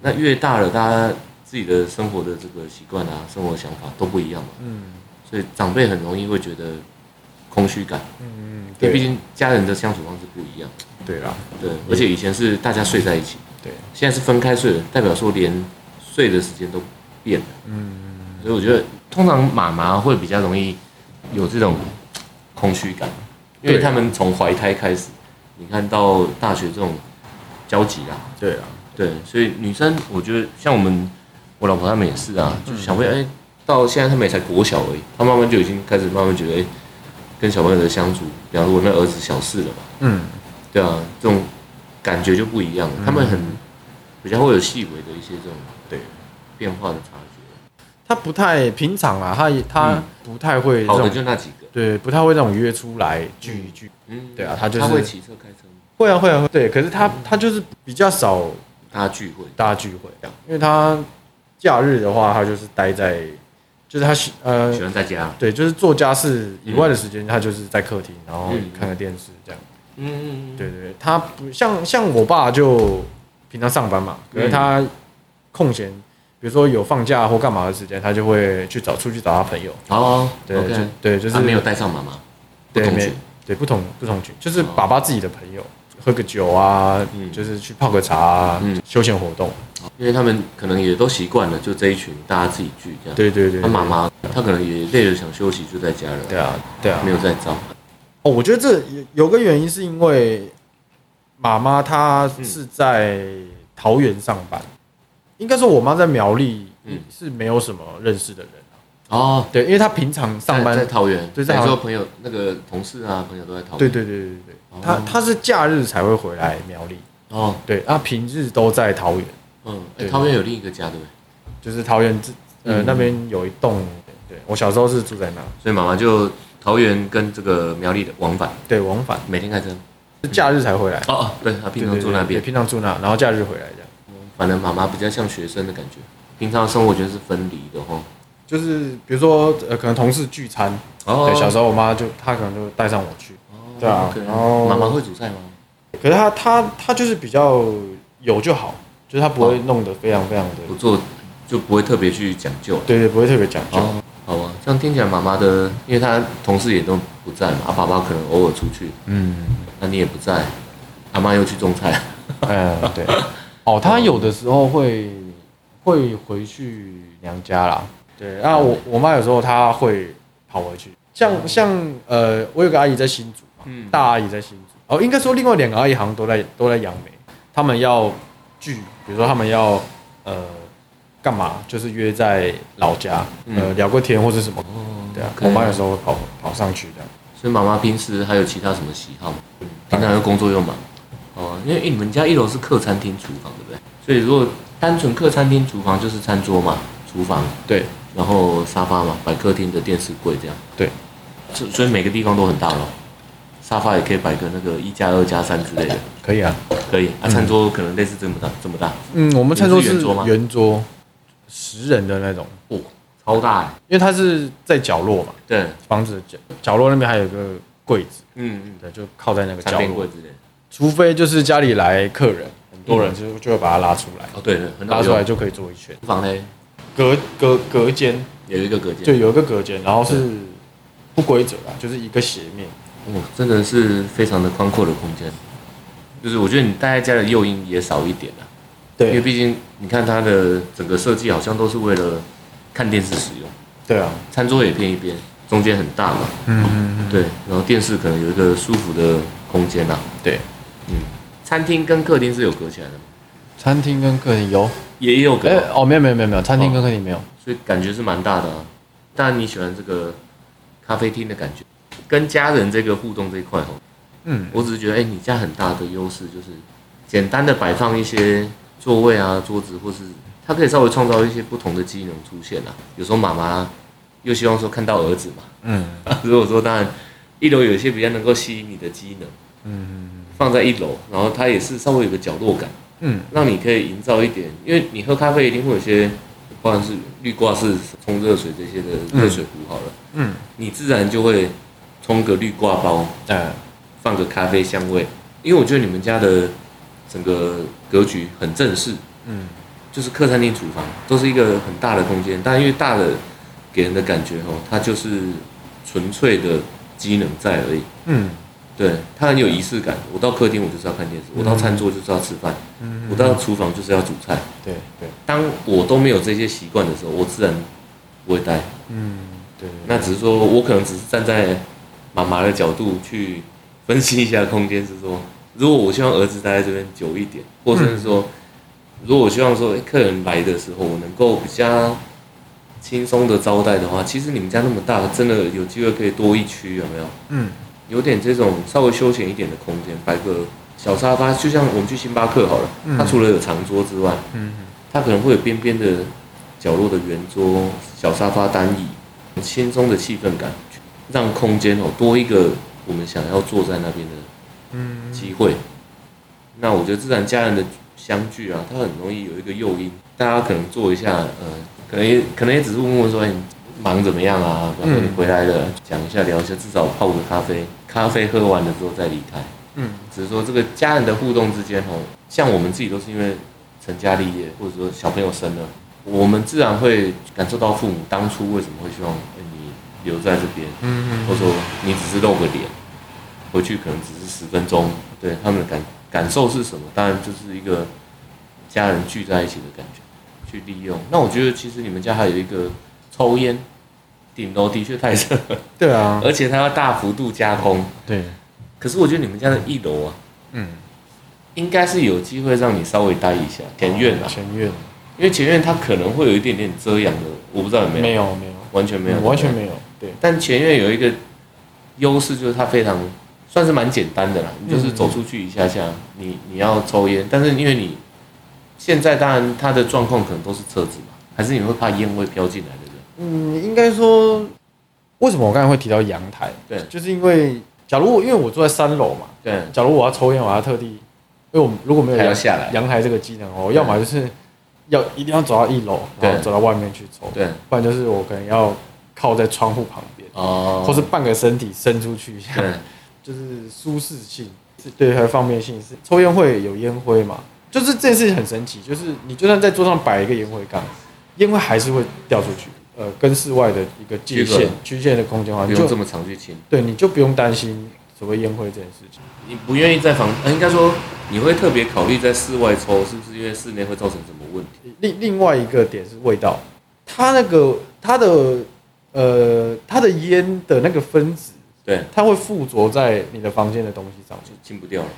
Speaker 2: 那越大了，大家自己的生活的这个习惯啊，生活想法都不一样嘛，
Speaker 1: 嗯
Speaker 2: 所以长辈很容易会觉得空虚感，
Speaker 1: 嗯，
Speaker 2: 因为毕
Speaker 1: 对
Speaker 2: 竟家人的相处方式不一样。
Speaker 1: 对啦，
Speaker 2: 对，而且以前是大家睡在一起，
Speaker 1: 对，
Speaker 2: 现在是分开睡的，代表说连睡的时间都变了。
Speaker 1: 嗯
Speaker 2: 所以我觉得，通常妈妈会比较容易有这种空虚感，因为
Speaker 1: 对
Speaker 2: 他们从怀胎开始，你看到大学这种交集啊，
Speaker 1: 对啦，
Speaker 2: 对，所以女生我觉得像我们，我老婆她们也是啊，
Speaker 1: 嗯
Speaker 2: 就是小朋友哎、到现在他们也才国小而已，她慢慢就已经开始慢慢觉得哎、跟小朋友的相处，比方说我那儿子小四了嘛，
Speaker 1: 嗯
Speaker 2: 对啊，这种感觉就不一样了，他们很比较会有细微的一些这种
Speaker 1: 嗯对。
Speaker 2: 变化的察觉，
Speaker 1: 他不太平常啦，他也他
Speaker 2: 嗯
Speaker 1: 不太会这
Speaker 2: 好的
Speaker 1: 种，
Speaker 2: 就那几个。
Speaker 1: 对，不太会这种约出来聚一聚。
Speaker 2: 嗯
Speaker 1: 对啊他就是
Speaker 2: 他会骑车开车，
Speaker 1: 会啊会啊会，对，可是
Speaker 2: 嗯
Speaker 1: 他他就是比较少
Speaker 2: 大家聚会，
Speaker 1: 大家聚会这样，因为他假日的话，他就是待在，就是他喜呃
Speaker 2: 喜欢在家。
Speaker 1: 对，就是做家事以外的时间，他就是在客厅，然后
Speaker 2: 嗯
Speaker 1: 看个电视这样。
Speaker 2: 嗯，
Speaker 1: 对对对，他不像像我爸就平常上班嘛，可
Speaker 2: 嗯
Speaker 1: 是他空闲，比如说有放假或干嘛的时间，他就会去找出去找他朋友。
Speaker 2: 哦，
Speaker 1: 对
Speaker 2: OK
Speaker 1: 就对，就是
Speaker 2: 他没有带上妈妈，不
Speaker 1: 对
Speaker 2: 同
Speaker 1: 没
Speaker 2: 群，
Speaker 1: 对不同不同群，就是
Speaker 2: 哦
Speaker 1: 爸爸自己的朋友，喝个酒啊，
Speaker 2: 嗯
Speaker 1: 就是去泡个茶啊，
Speaker 2: 嗯
Speaker 1: 休闲活动。
Speaker 2: 因为他们可能也都习惯了，就这一群大家自己聚这样。
Speaker 1: 对对对，
Speaker 2: 他妈妈，她可能也累了，想休息，就在家了，
Speaker 1: 对啊对啊
Speaker 2: 没。有再招。
Speaker 1: 哦，我觉得这有有个原因是因为妈妈她是在桃园上班，应该说我妈在苗栗
Speaker 2: 嗯
Speaker 1: 是没有什么认识的人啊。
Speaker 2: 哦，
Speaker 1: 对，因为她平常上班
Speaker 2: 在在，桃园，
Speaker 1: 对
Speaker 2: 对，
Speaker 1: 在
Speaker 2: 那
Speaker 1: 桃
Speaker 2: 时候朋友那个同事啊，朋友都在桃园。
Speaker 1: 对对对对对
Speaker 2: 哦
Speaker 1: 对，她她是假日才会回来苗栗，
Speaker 2: 哦，
Speaker 1: 对，她平日都在桃园。
Speaker 2: 嗯，哎
Speaker 1: 对
Speaker 2: 桃园有另一个家对不对？
Speaker 1: 就是桃园这呃、
Speaker 2: 嗯
Speaker 1: 那边有一栋，对我小时候是住在那，
Speaker 2: 所以妈妈就桃园跟这个苗栗的往返，
Speaker 1: 对往返，
Speaker 2: 每天开车。
Speaker 1: 是假日才回来，
Speaker 2: 哦哦，对，她平常
Speaker 1: 对
Speaker 2: 住那
Speaker 1: 对对
Speaker 2: 边
Speaker 1: 对。平常住那，然后假日回来这样，
Speaker 2: 反正妈妈比较像学生的感觉，平常生活圈是分离的哦。
Speaker 1: 就是比如说呃可能同事聚餐，
Speaker 2: 哦
Speaker 1: 对，小时候我妈就她可能就带上我去，对啊然后
Speaker 2: 妈妈会煮菜吗？
Speaker 1: 可是她她她就是比较有就好，就是她不
Speaker 2: 哦
Speaker 1: 会弄得非常非常的，
Speaker 2: 不做就不会特别去讲究了。
Speaker 1: 对对，不会特别讲究，
Speaker 2: 哦，好啊，这样听起来妈妈的，因为她同事也都不在嘛，啊，爸爸可能偶尔出去，
Speaker 1: 嗯，
Speaker 2: 那你也不在，阿妈又去种菜，
Speaker 1: 呃对，哦，她有的时候会会回去娘家啦，对，那我我妈有时候她会跑回去，像像呃我有个阿姨在新竹嘛，
Speaker 2: 嗯，
Speaker 1: 大阿姨在新竹，哦，应该说另外两个阿姨好像都在都在杨梅，他们要聚，比如说他们要呃干嘛，就是约在老家，呃
Speaker 2: 嗯
Speaker 1: 聊个天或者什么，
Speaker 2: 哦
Speaker 1: 对啊，
Speaker 2: OK
Speaker 1: 我妈有时候会跑跑上去这样，
Speaker 2: 所以妈妈平时还有其他什么喜好吗？平常又工作又忙，哦，因为、诶你们家一楼是客餐厅厨房对不对？所以如果单纯客餐厅厨房就是餐桌嘛，厨房，
Speaker 1: 对
Speaker 2: 然后沙发嘛，摆客厅的电视柜这样。
Speaker 1: 对，
Speaker 2: 所所以每个地方都很大咯，沙发也可以摆个那个一加二加三之类的，
Speaker 1: 可以啊，
Speaker 2: 可以。啊，餐桌可能类似这么大，这么大，
Speaker 1: 嗯，我们餐桌
Speaker 2: 你是
Speaker 1: 是
Speaker 2: 圆桌吗
Speaker 1: 圆桌，十人的那种，
Speaker 2: 哦，超大哎。
Speaker 1: 因为它是在角落嘛，
Speaker 2: 对，
Speaker 1: 房子的角角落那边还有个柜子，
Speaker 2: 嗯嗯，
Speaker 1: 对，就靠在那个
Speaker 2: 餐
Speaker 1: 角
Speaker 2: 边
Speaker 1: 落
Speaker 2: 柜，之类的。
Speaker 1: 除非就是家里嗯来客人，很多人就就会把它拉出来，
Speaker 2: 哦，对对，很
Speaker 1: 拉
Speaker 2: 好
Speaker 1: 出来
Speaker 2: 用。
Speaker 1: 就可以坐一圈。
Speaker 2: 厨房嘞，
Speaker 1: 隔隔隔间，
Speaker 2: 有一个隔间，
Speaker 1: 就有一个隔间，然后是不规则的，就是一个斜面。
Speaker 2: 哦，真的是非常的宽阔的空间。就是我觉得你待在家的诱因也少一点了、因为
Speaker 1: 对
Speaker 2: 毕竟你看它的整个设计好像都是为了看电视使用，
Speaker 1: 对啊，
Speaker 2: 餐桌也偏一边，中间很大嘛，
Speaker 1: 嗯
Speaker 2: 对，然后电视可能有一个舒服的空间啦、
Speaker 1: 对，
Speaker 2: 餐厅跟客厅是有隔起来的吗，
Speaker 1: 餐厅跟客厅有，
Speaker 2: 也有隔，啊
Speaker 1: 哎、哦，没有没有没有没有，餐厅跟客厅没有。
Speaker 2: 所以感觉是蛮大的啊。但你喜欢这个咖啡厅的感觉，跟家人这个互动这一块哦，
Speaker 1: 嗯，
Speaker 2: 我只是觉得，哎、你家很大的优势就是简单的摆放一些座位啊、桌子，或是它可以稍微创造一些不同的机能出现啊。有时候妈妈又希望说看到儿子嘛，
Speaker 1: 嗯
Speaker 2: 如果说当然一楼有一些比较能够吸引你的机能，嗯，放在一楼，然后它也是稍微有个角落感，
Speaker 1: 嗯，
Speaker 2: 让你可以营造一点，因为你喝咖啡一定会有一些，不管是绿挂式冲热水这些的热水壶好了，
Speaker 1: 嗯，
Speaker 2: 你自然就会冲个绿挂包，
Speaker 1: 哎、
Speaker 2: 放个咖啡香味，因为我觉得你们家的整个格局很正式，
Speaker 1: 嗯，
Speaker 2: 就是客餐厅、厨房都是一个很大的空间，但因为大的给人的感觉哦，它就是纯粹的机能在而已，
Speaker 1: 嗯
Speaker 2: 对，它很有仪式感。我到客厅我就是要看电视，我到餐桌就是要吃饭，
Speaker 1: 嗯
Speaker 2: 我到厨房就是要煮菜。
Speaker 1: 对对，
Speaker 2: 当我都没有这些习惯的时候，我自然不会待。
Speaker 1: 嗯对，
Speaker 2: 那只是说我可能只是站在妈妈的角度去分析一下空间，是说，如果我希望儿子待在这边久一点，或者是说，如果我希望说、诶客人来的时候我能够比较轻松的招待的话，其实你们家那么大，真的有机会可以多一区，有没有？
Speaker 1: 嗯
Speaker 2: 有点这种稍微休闲一点的空间，摆个小沙发，就像我们去星巴克好了，它除了有长桌之外，
Speaker 1: 嗯
Speaker 2: 它可能会有边边的角落的圆桌、小沙发、单椅，很轻松的气氛感，让空间哦多一个我们想要坐在那边的
Speaker 1: 嗯
Speaker 2: 机会。那我觉得自然家人的相聚啊，它很容易有一个诱因，大家可能坐一下，呃，可能也可能也只是问问说，哎、你忙怎么样啊？然后你回来了，讲一下聊一下，至少泡个咖啡，咖啡喝完了之后再离开。
Speaker 1: 嗯，
Speaker 2: 只是说这个家人的互动之间哦，像我们自己都是因为成家立业，或者说小朋友生了，我们自然会感受到父母当初为什么会希望呃你留在这边，
Speaker 1: 嗯
Speaker 2: 或者说你只是露个脸，回去可能只是十分钟，对他们的感感受是什么？当然就是一个家人聚在一起的感觉，去利用。那我觉得其实你们家还有一个抽烟，顶楼的确太热了，
Speaker 1: 对啊，
Speaker 2: 而且它要大幅度加工。
Speaker 1: 对，
Speaker 2: 可是我觉得你们家的一楼啊，
Speaker 1: 嗯，
Speaker 2: 应该是有机会让你稍微待一下前院啊，
Speaker 1: 前院
Speaker 2: 因为前院它可能会有一点点遮阳的，我不知道有没有，
Speaker 1: 没有没有
Speaker 2: 完全没有，
Speaker 1: 完全没有，对，
Speaker 2: 但前院有一个优势，就是它非常算是蛮简单的啦，
Speaker 1: 嗯
Speaker 2: 你就是走出去一下下，你你要抽烟，但是因为你现在当然它的状况可能都是车子嘛，还是你会怕烟味飘进来，对不
Speaker 1: 嗯，应该说，为什么我刚才会提到阳台？
Speaker 2: 对
Speaker 1: 就是因为假如我因为我住在三楼嘛，
Speaker 2: 对？对，
Speaker 1: 假如我要抽烟，我要特地，因为我如果没有
Speaker 2: 还要
Speaker 1: 阳
Speaker 2: 下来
Speaker 1: 阳台这个技能哦，要么就是要一定要走到一楼，然
Speaker 2: 对
Speaker 1: 后走到外面去抽，
Speaker 2: 对，
Speaker 1: 不然就是我可能要靠在窗户旁边，
Speaker 2: 哦，
Speaker 1: 或是半个身体伸出去一下，
Speaker 2: 对，
Speaker 1: 就是舒适性，是对还有方便性是抽烟会有烟灰嘛，就是这件事情很神奇，就是你就算在桌上摆一个烟灰缸，烟灰还是会掉出去，呃，跟室外的一个界
Speaker 2: 这
Speaker 1: 限
Speaker 2: 个
Speaker 1: 局限的空间的话，
Speaker 2: 不
Speaker 1: 你
Speaker 2: 用这
Speaker 1: 就
Speaker 2: 么常去清，
Speaker 1: 对你就不用担心所谓烟灰这件事情。
Speaker 2: 你不愿意在房，呃、应该说你会特别考虑在室外抽，是不是因为室内会造成什么问题？
Speaker 1: 另另外一个点是味道，它那个它的呃它的烟的那个分子，
Speaker 2: 对，
Speaker 1: 它会附着在你的房间的东西上面。
Speaker 2: 就清不掉了，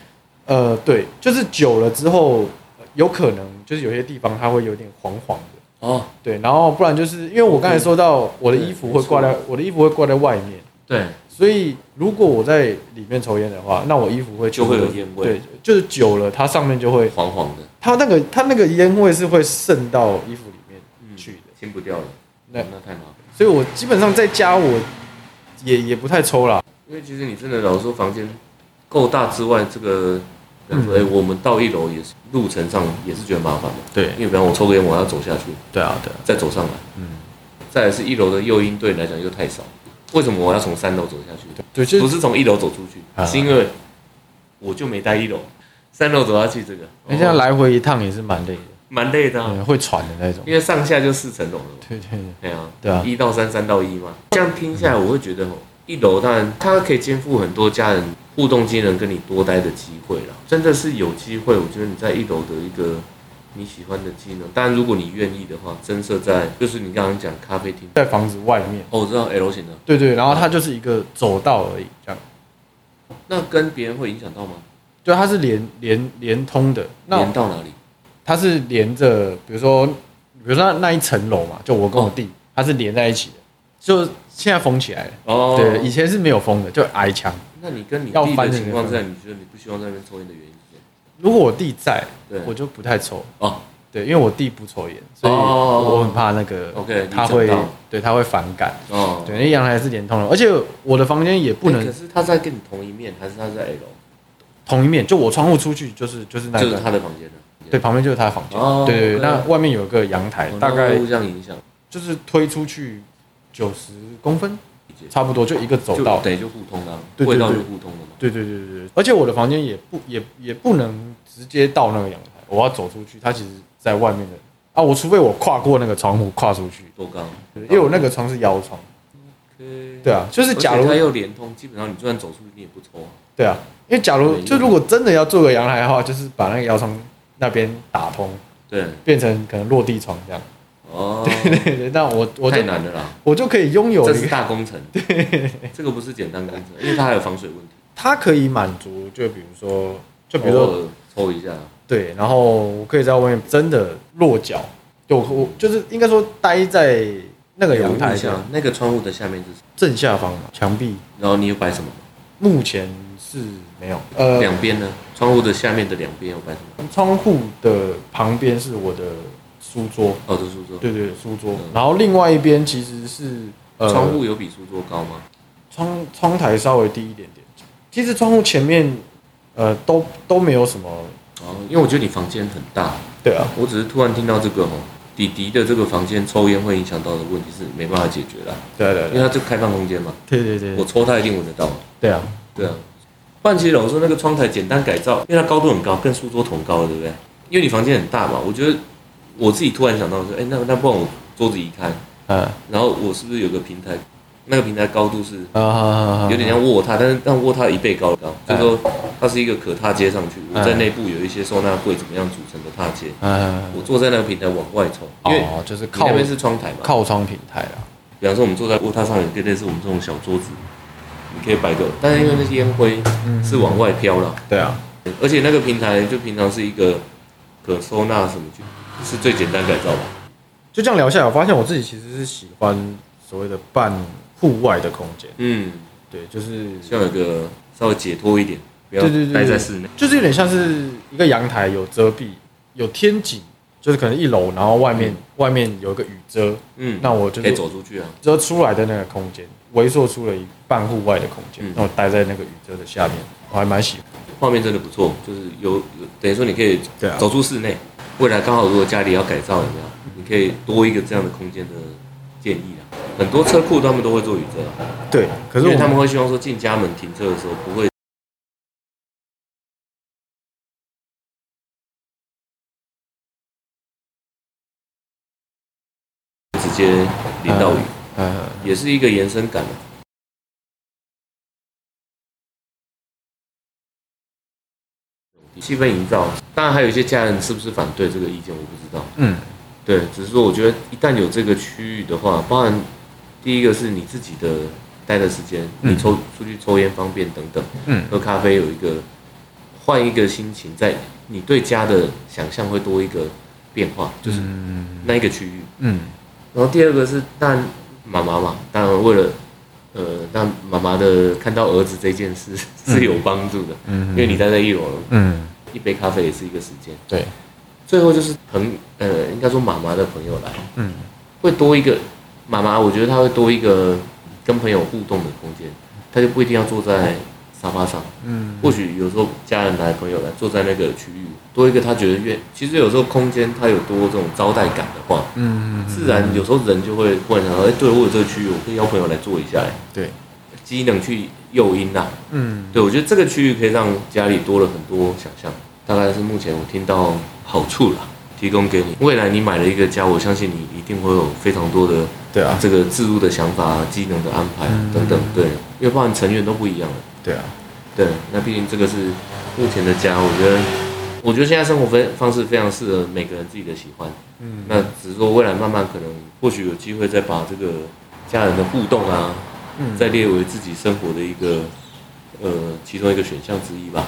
Speaker 1: 呃，对，就是久了之后，呃有可能就是有些地方它会有点黄黄的，
Speaker 2: 哦，
Speaker 1: 对，然后不然就是因为我刚才说到我的衣服会挂在我的衣服会挂在外面，
Speaker 2: 对，
Speaker 1: 所以如果我在里面抽烟的话，那我衣服会
Speaker 2: 就会有烟味
Speaker 1: 对，就是久了它上面就会，
Speaker 2: 黄黄的，
Speaker 1: 它那个它那个烟味是会渗到衣服里面
Speaker 2: 嗯
Speaker 1: 去的，
Speaker 2: 清不掉了，
Speaker 1: 那
Speaker 2: 那那太麻烦。
Speaker 1: 所以我基本上在家我也也不太抽啦，
Speaker 2: 因为其实你真的老实说房间够大之外，这个比方说，哎、我们到一楼也是路程上也是觉得麻烦的，
Speaker 1: 对
Speaker 2: 因为比方我抽个烟，我要走下去，
Speaker 1: 对啊对啊，
Speaker 2: 再走上来，嗯，再来是一楼的诱因对你来讲又太少，为什么我要从三楼走下去？
Speaker 1: 对，就
Speaker 2: 不
Speaker 1: 是
Speaker 2: 是从一楼走出去，
Speaker 1: 啊
Speaker 2: 是因为我就没待一楼，三楼走下去这个，
Speaker 1: 人家
Speaker 2: 哦
Speaker 1: 来回一趟也是蛮累的，
Speaker 2: 蛮累的啊、
Speaker 1: 对，会喘的那种。
Speaker 2: 因为上下就四层楼了嘛。
Speaker 1: 对对对，
Speaker 2: 对啊，
Speaker 1: 对啊
Speaker 2: 一到三，三到一嘛。这样听下来，我会觉得哦，一楼当然它可以肩负很多家人互动机能跟你多待的机会啦。真的是有机会，我觉得你在一楼的一个你喜欢的技能，当然如果你愿意的话，增设在就是你刚刚讲咖啡厅。
Speaker 1: 在房子外面。
Speaker 2: 哦，我知道 L 型的，
Speaker 1: 对对，然后它就是一个走道而已，这样。
Speaker 2: 那跟别人会影响到吗？
Speaker 1: 对，它是连连连通的。那
Speaker 2: 连到哪里？
Speaker 1: 它是连着，比如说，比如说那那一层楼嘛，就我跟我弟，它是连在一起的，就现在封起来了。
Speaker 2: 哦
Speaker 1: 对，以前是没有封的，就挨墙。
Speaker 2: 那你跟你
Speaker 1: 要
Speaker 2: 弟的
Speaker 1: 翻的
Speaker 2: 情
Speaker 1: 那
Speaker 2: 况
Speaker 1: 个
Speaker 2: 之下，你觉得你不希望在那边抽烟的原因是什么？
Speaker 1: 如果我弟在，
Speaker 2: 对
Speaker 1: 我就不太抽。
Speaker 2: 哦，
Speaker 1: 对，因为我弟不抽烟，所以
Speaker 2: 哦哦哦
Speaker 1: 我很怕那个
Speaker 2: OK，
Speaker 1: 他
Speaker 2: 你
Speaker 1: 会
Speaker 2: 讲到
Speaker 1: 对他会反感。
Speaker 2: 哦，
Speaker 1: 对，因为阳台是连通的，而且我的房间也不
Speaker 2: 欸可
Speaker 1: 能
Speaker 2: 是他在跟你同一面，还是他在 L，
Speaker 1: 同一面，就我窗户出去就是就是那
Speaker 2: 就是
Speaker 1: 个，
Speaker 2: 他的房间呢？
Speaker 1: 对，旁边就是他的房间。
Speaker 2: 哦
Speaker 1: 对对，对
Speaker 2: OK
Speaker 1: 那外面有个阳台
Speaker 2: 哦，
Speaker 1: 大
Speaker 2: 那
Speaker 1: 概
Speaker 2: 会互相影响，
Speaker 1: 就是推出去九十公分
Speaker 2: 理解，
Speaker 1: 差不多就一个走道
Speaker 2: 就。等于就互通了，
Speaker 1: 对对
Speaker 2: 味道就
Speaker 1: 对
Speaker 2: 互通了嘛。
Speaker 1: 对对对对对，对而且我的房间也不也也不能直接到那个阳台，我要走出去，它其实在外面的啊，我除非我跨过那个窗户跨出去，
Speaker 2: 多高
Speaker 1: 对因为我那个窗是腰窗。
Speaker 2: ？OK
Speaker 1: 对啊，就是假
Speaker 2: 而且
Speaker 1: 如
Speaker 2: 它又连通，基本上你就算走出去，你也不抽啊。
Speaker 1: 对啊，因为假如
Speaker 2: 对
Speaker 1: 就如果真的要做个阳台的话，就是把那个腰窗那边打通，
Speaker 2: 对，
Speaker 1: 变成可能落地窗这样。
Speaker 2: 哦，
Speaker 1: 对对对，那我我
Speaker 2: 太
Speaker 1: 就
Speaker 2: 难了啦，
Speaker 1: 我就可以拥有
Speaker 2: 这
Speaker 1: 一
Speaker 2: 是
Speaker 1: 个，
Speaker 2: 大工程。对，这个不是简单工程，因为它还有防水问题。
Speaker 1: 它可以满足，就比如说，就比如
Speaker 2: 偶
Speaker 1: 说
Speaker 2: 尔抽一下，
Speaker 1: 对，然后我可以在外面真的落脚，就我我就是应该说待在那个阳台
Speaker 2: 下
Speaker 1: 上
Speaker 2: 那个窗户的下面是什么，
Speaker 1: 正下方嘛，墙壁
Speaker 2: 然后你有摆什么？
Speaker 1: 目前是没有，呃，
Speaker 2: 两边呢？窗户的下面的两边有摆什么？
Speaker 1: 窗户的旁边是我的书桌。
Speaker 2: 哦，这书桌。
Speaker 1: 对对，对书桌
Speaker 2: 嗯。
Speaker 1: 然后另外一边其实是呃
Speaker 2: 窗户有比书桌高吗？
Speaker 1: 窗窗台稍微低一点点。其实窗户前面呃都都没有什么，
Speaker 2: 哦，因为我觉得你房间很大，
Speaker 1: 对啊，
Speaker 2: 我只是突然听到这个哦，弟弟的这个房间抽烟会影响到的问题是没办法解决啦，
Speaker 1: 对啊对啊
Speaker 2: 因为它就开放空间嘛，
Speaker 1: 对对对对
Speaker 2: 我抽他一定闻得到，
Speaker 1: 对啊，
Speaker 2: 对啊。半其实老实说那个窗台简单改造，因为它高度很高，跟书桌同高，对不对？因为你房间很大嘛，我觉得我自己突然想到说，哎，那那不然我桌子移开，
Speaker 1: 嗯
Speaker 2: 然后我是不是有个平台？那个平台高度是
Speaker 1: 啊啊啊啊哎
Speaker 2: 有点像卧榻，但是但卧榻一倍高高，就是说它是一个可踏阶上去。我在
Speaker 1: 嗯
Speaker 2: 内部有一些收纳柜怎么样组成的踏阶，
Speaker 1: 嗯，
Speaker 2: 我坐在那个平台往外冲，因为
Speaker 1: 哦就是
Speaker 2: 你
Speaker 1: 靠
Speaker 2: 那边是窗台嘛。
Speaker 1: 靠窗平台啊啦，
Speaker 2: 比方说我们坐在卧榻上，有一个类似我们这种小桌子，你可以摆个，但是因为那些烟灰
Speaker 1: 嗯
Speaker 2: 是往外飘了，
Speaker 1: 对啊，
Speaker 2: 而且那个平台就平常是一个可收纳什么，就是最简单改造吧。
Speaker 1: 就这样聊下来，我发现我自己其实是喜欢所谓的半户外的空间，
Speaker 2: 嗯，
Speaker 1: 对，就是
Speaker 2: 希望有个稍微解脱一点，不要
Speaker 1: 对对对
Speaker 2: 待在室内。
Speaker 1: 就是有点像是一个阳台有遮蔽，有天井，就是可能一楼，然后外面、
Speaker 2: 嗯
Speaker 1: 外面有一个雨遮，
Speaker 2: 嗯，
Speaker 1: 那我就
Speaker 2: 可以
Speaker 1: 是
Speaker 2: 走出去啊。
Speaker 1: 遮出来的那个空间，围缩出了一半户外的空间
Speaker 2: 嗯，
Speaker 1: 那、我待在那个雨遮的下面，我还蛮喜欢。
Speaker 2: 画面真的不错，就是有有等于说你可以
Speaker 1: 对啊
Speaker 2: 走出室内，未来刚好如果家里要改造有没有，你可以多一个这样的空间的建议啊。很多车库他们都会做雨遮啊，
Speaker 1: 对，可是
Speaker 2: 因
Speaker 1: 我
Speaker 2: 为他们
Speaker 1: 们
Speaker 2: 会希望说进家门停车的时候不会直接淋到雨，
Speaker 1: 呃，
Speaker 2: 也是一个延伸感啊。气氛营造，当然还有一些家人是不是反对这个意见，我不知道。
Speaker 1: 嗯，
Speaker 2: 对，只是说我觉得一旦有这个区域的话，包含第一个是你自己的待的时间，
Speaker 1: 嗯
Speaker 2: 你抽出去抽烟方便等等，
Speaker 1: 嗯
Speaker 2: 喝咖啡有一个换一个心情，在你对家的想象会多一个变化，就是那一个区域。
Speaker 1: 嗯，
Speaker 2: 然后第二个是，当然妈妈嘛，当然为了呃，让妈妈的看到儿子这件事 是有帮助的，
Speaker 1: 嗯
Speaker 2: 因为你待在一楼，
Speaker 1: 嗯，
Speaker 2: 一杯咖啡也是一个时间。
Speaker 1: 对，
Speaker 2: 最后就是朋呃，应该说妈妈的朋友来，
Speaker 1: 嗯，
Speaker 2: 会多一个妈妈，我觉得她会多一个跟朋友互动的空间，她就不一定要坐在沙发上，
Speaker 1: 哦嗯，
Speaker 2: 或许有时候家人来、朋友来，坐在那个区域，多一个她觉得愿，其实有时候空间它有多这种招待感的话，
Speaker 1: 嗯，
Speaker 2: 自然有时候人就会忽然想到，哎、对我有这个区域，我可以邀朋友来坐一下，哎
Speaker 1: 对，
Speaker 2: 机能去诱因呐、
Speaker 1: 嗯，
Speaker 2: 对，我觉得这个区域可以让家里多了很多想象，大概是目前我听到好处啦。提供给你。未来你买了一个家，我相信你一定会有非常多的
Speaker 1: 对啊，
Speaker 2: 这个制度的想法、机能的安排
Speaker 1: 嗯
Speaker 2: 等等，对，因为包含成员都不一样了。
Speaker 1: 对啊，
Speaker 2: 对，那毕竟这个是目前的家，我觉得，我觉得现在生活非方式非常适合每个人自己的喜欢。
Speaker 1: 嗯，
Speaker 2: 那只是说未来慢慢可能或许有机会再把这个家人的互动啊，
Speaker 1: 嗯
Speaker 2: 再列为自己生活的一个呃其中一个选项之一吧。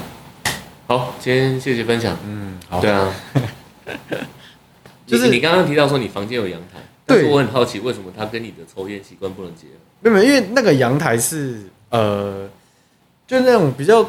Speaker 2: 好，今天谢谢分享。
Speaker 1: 嗯，好，
Speaker 2: 对啊，
Speaker 1: 就是
Speaker 2: 你你刚刚提到说你房间有阳台，但
Speaker 1: 对
Speaker 2: 是我很好奇为什么它跟你的抽烟习惯不能结合？
Speaker 1: 没有，没有因为那个阳台是呃，就那种比较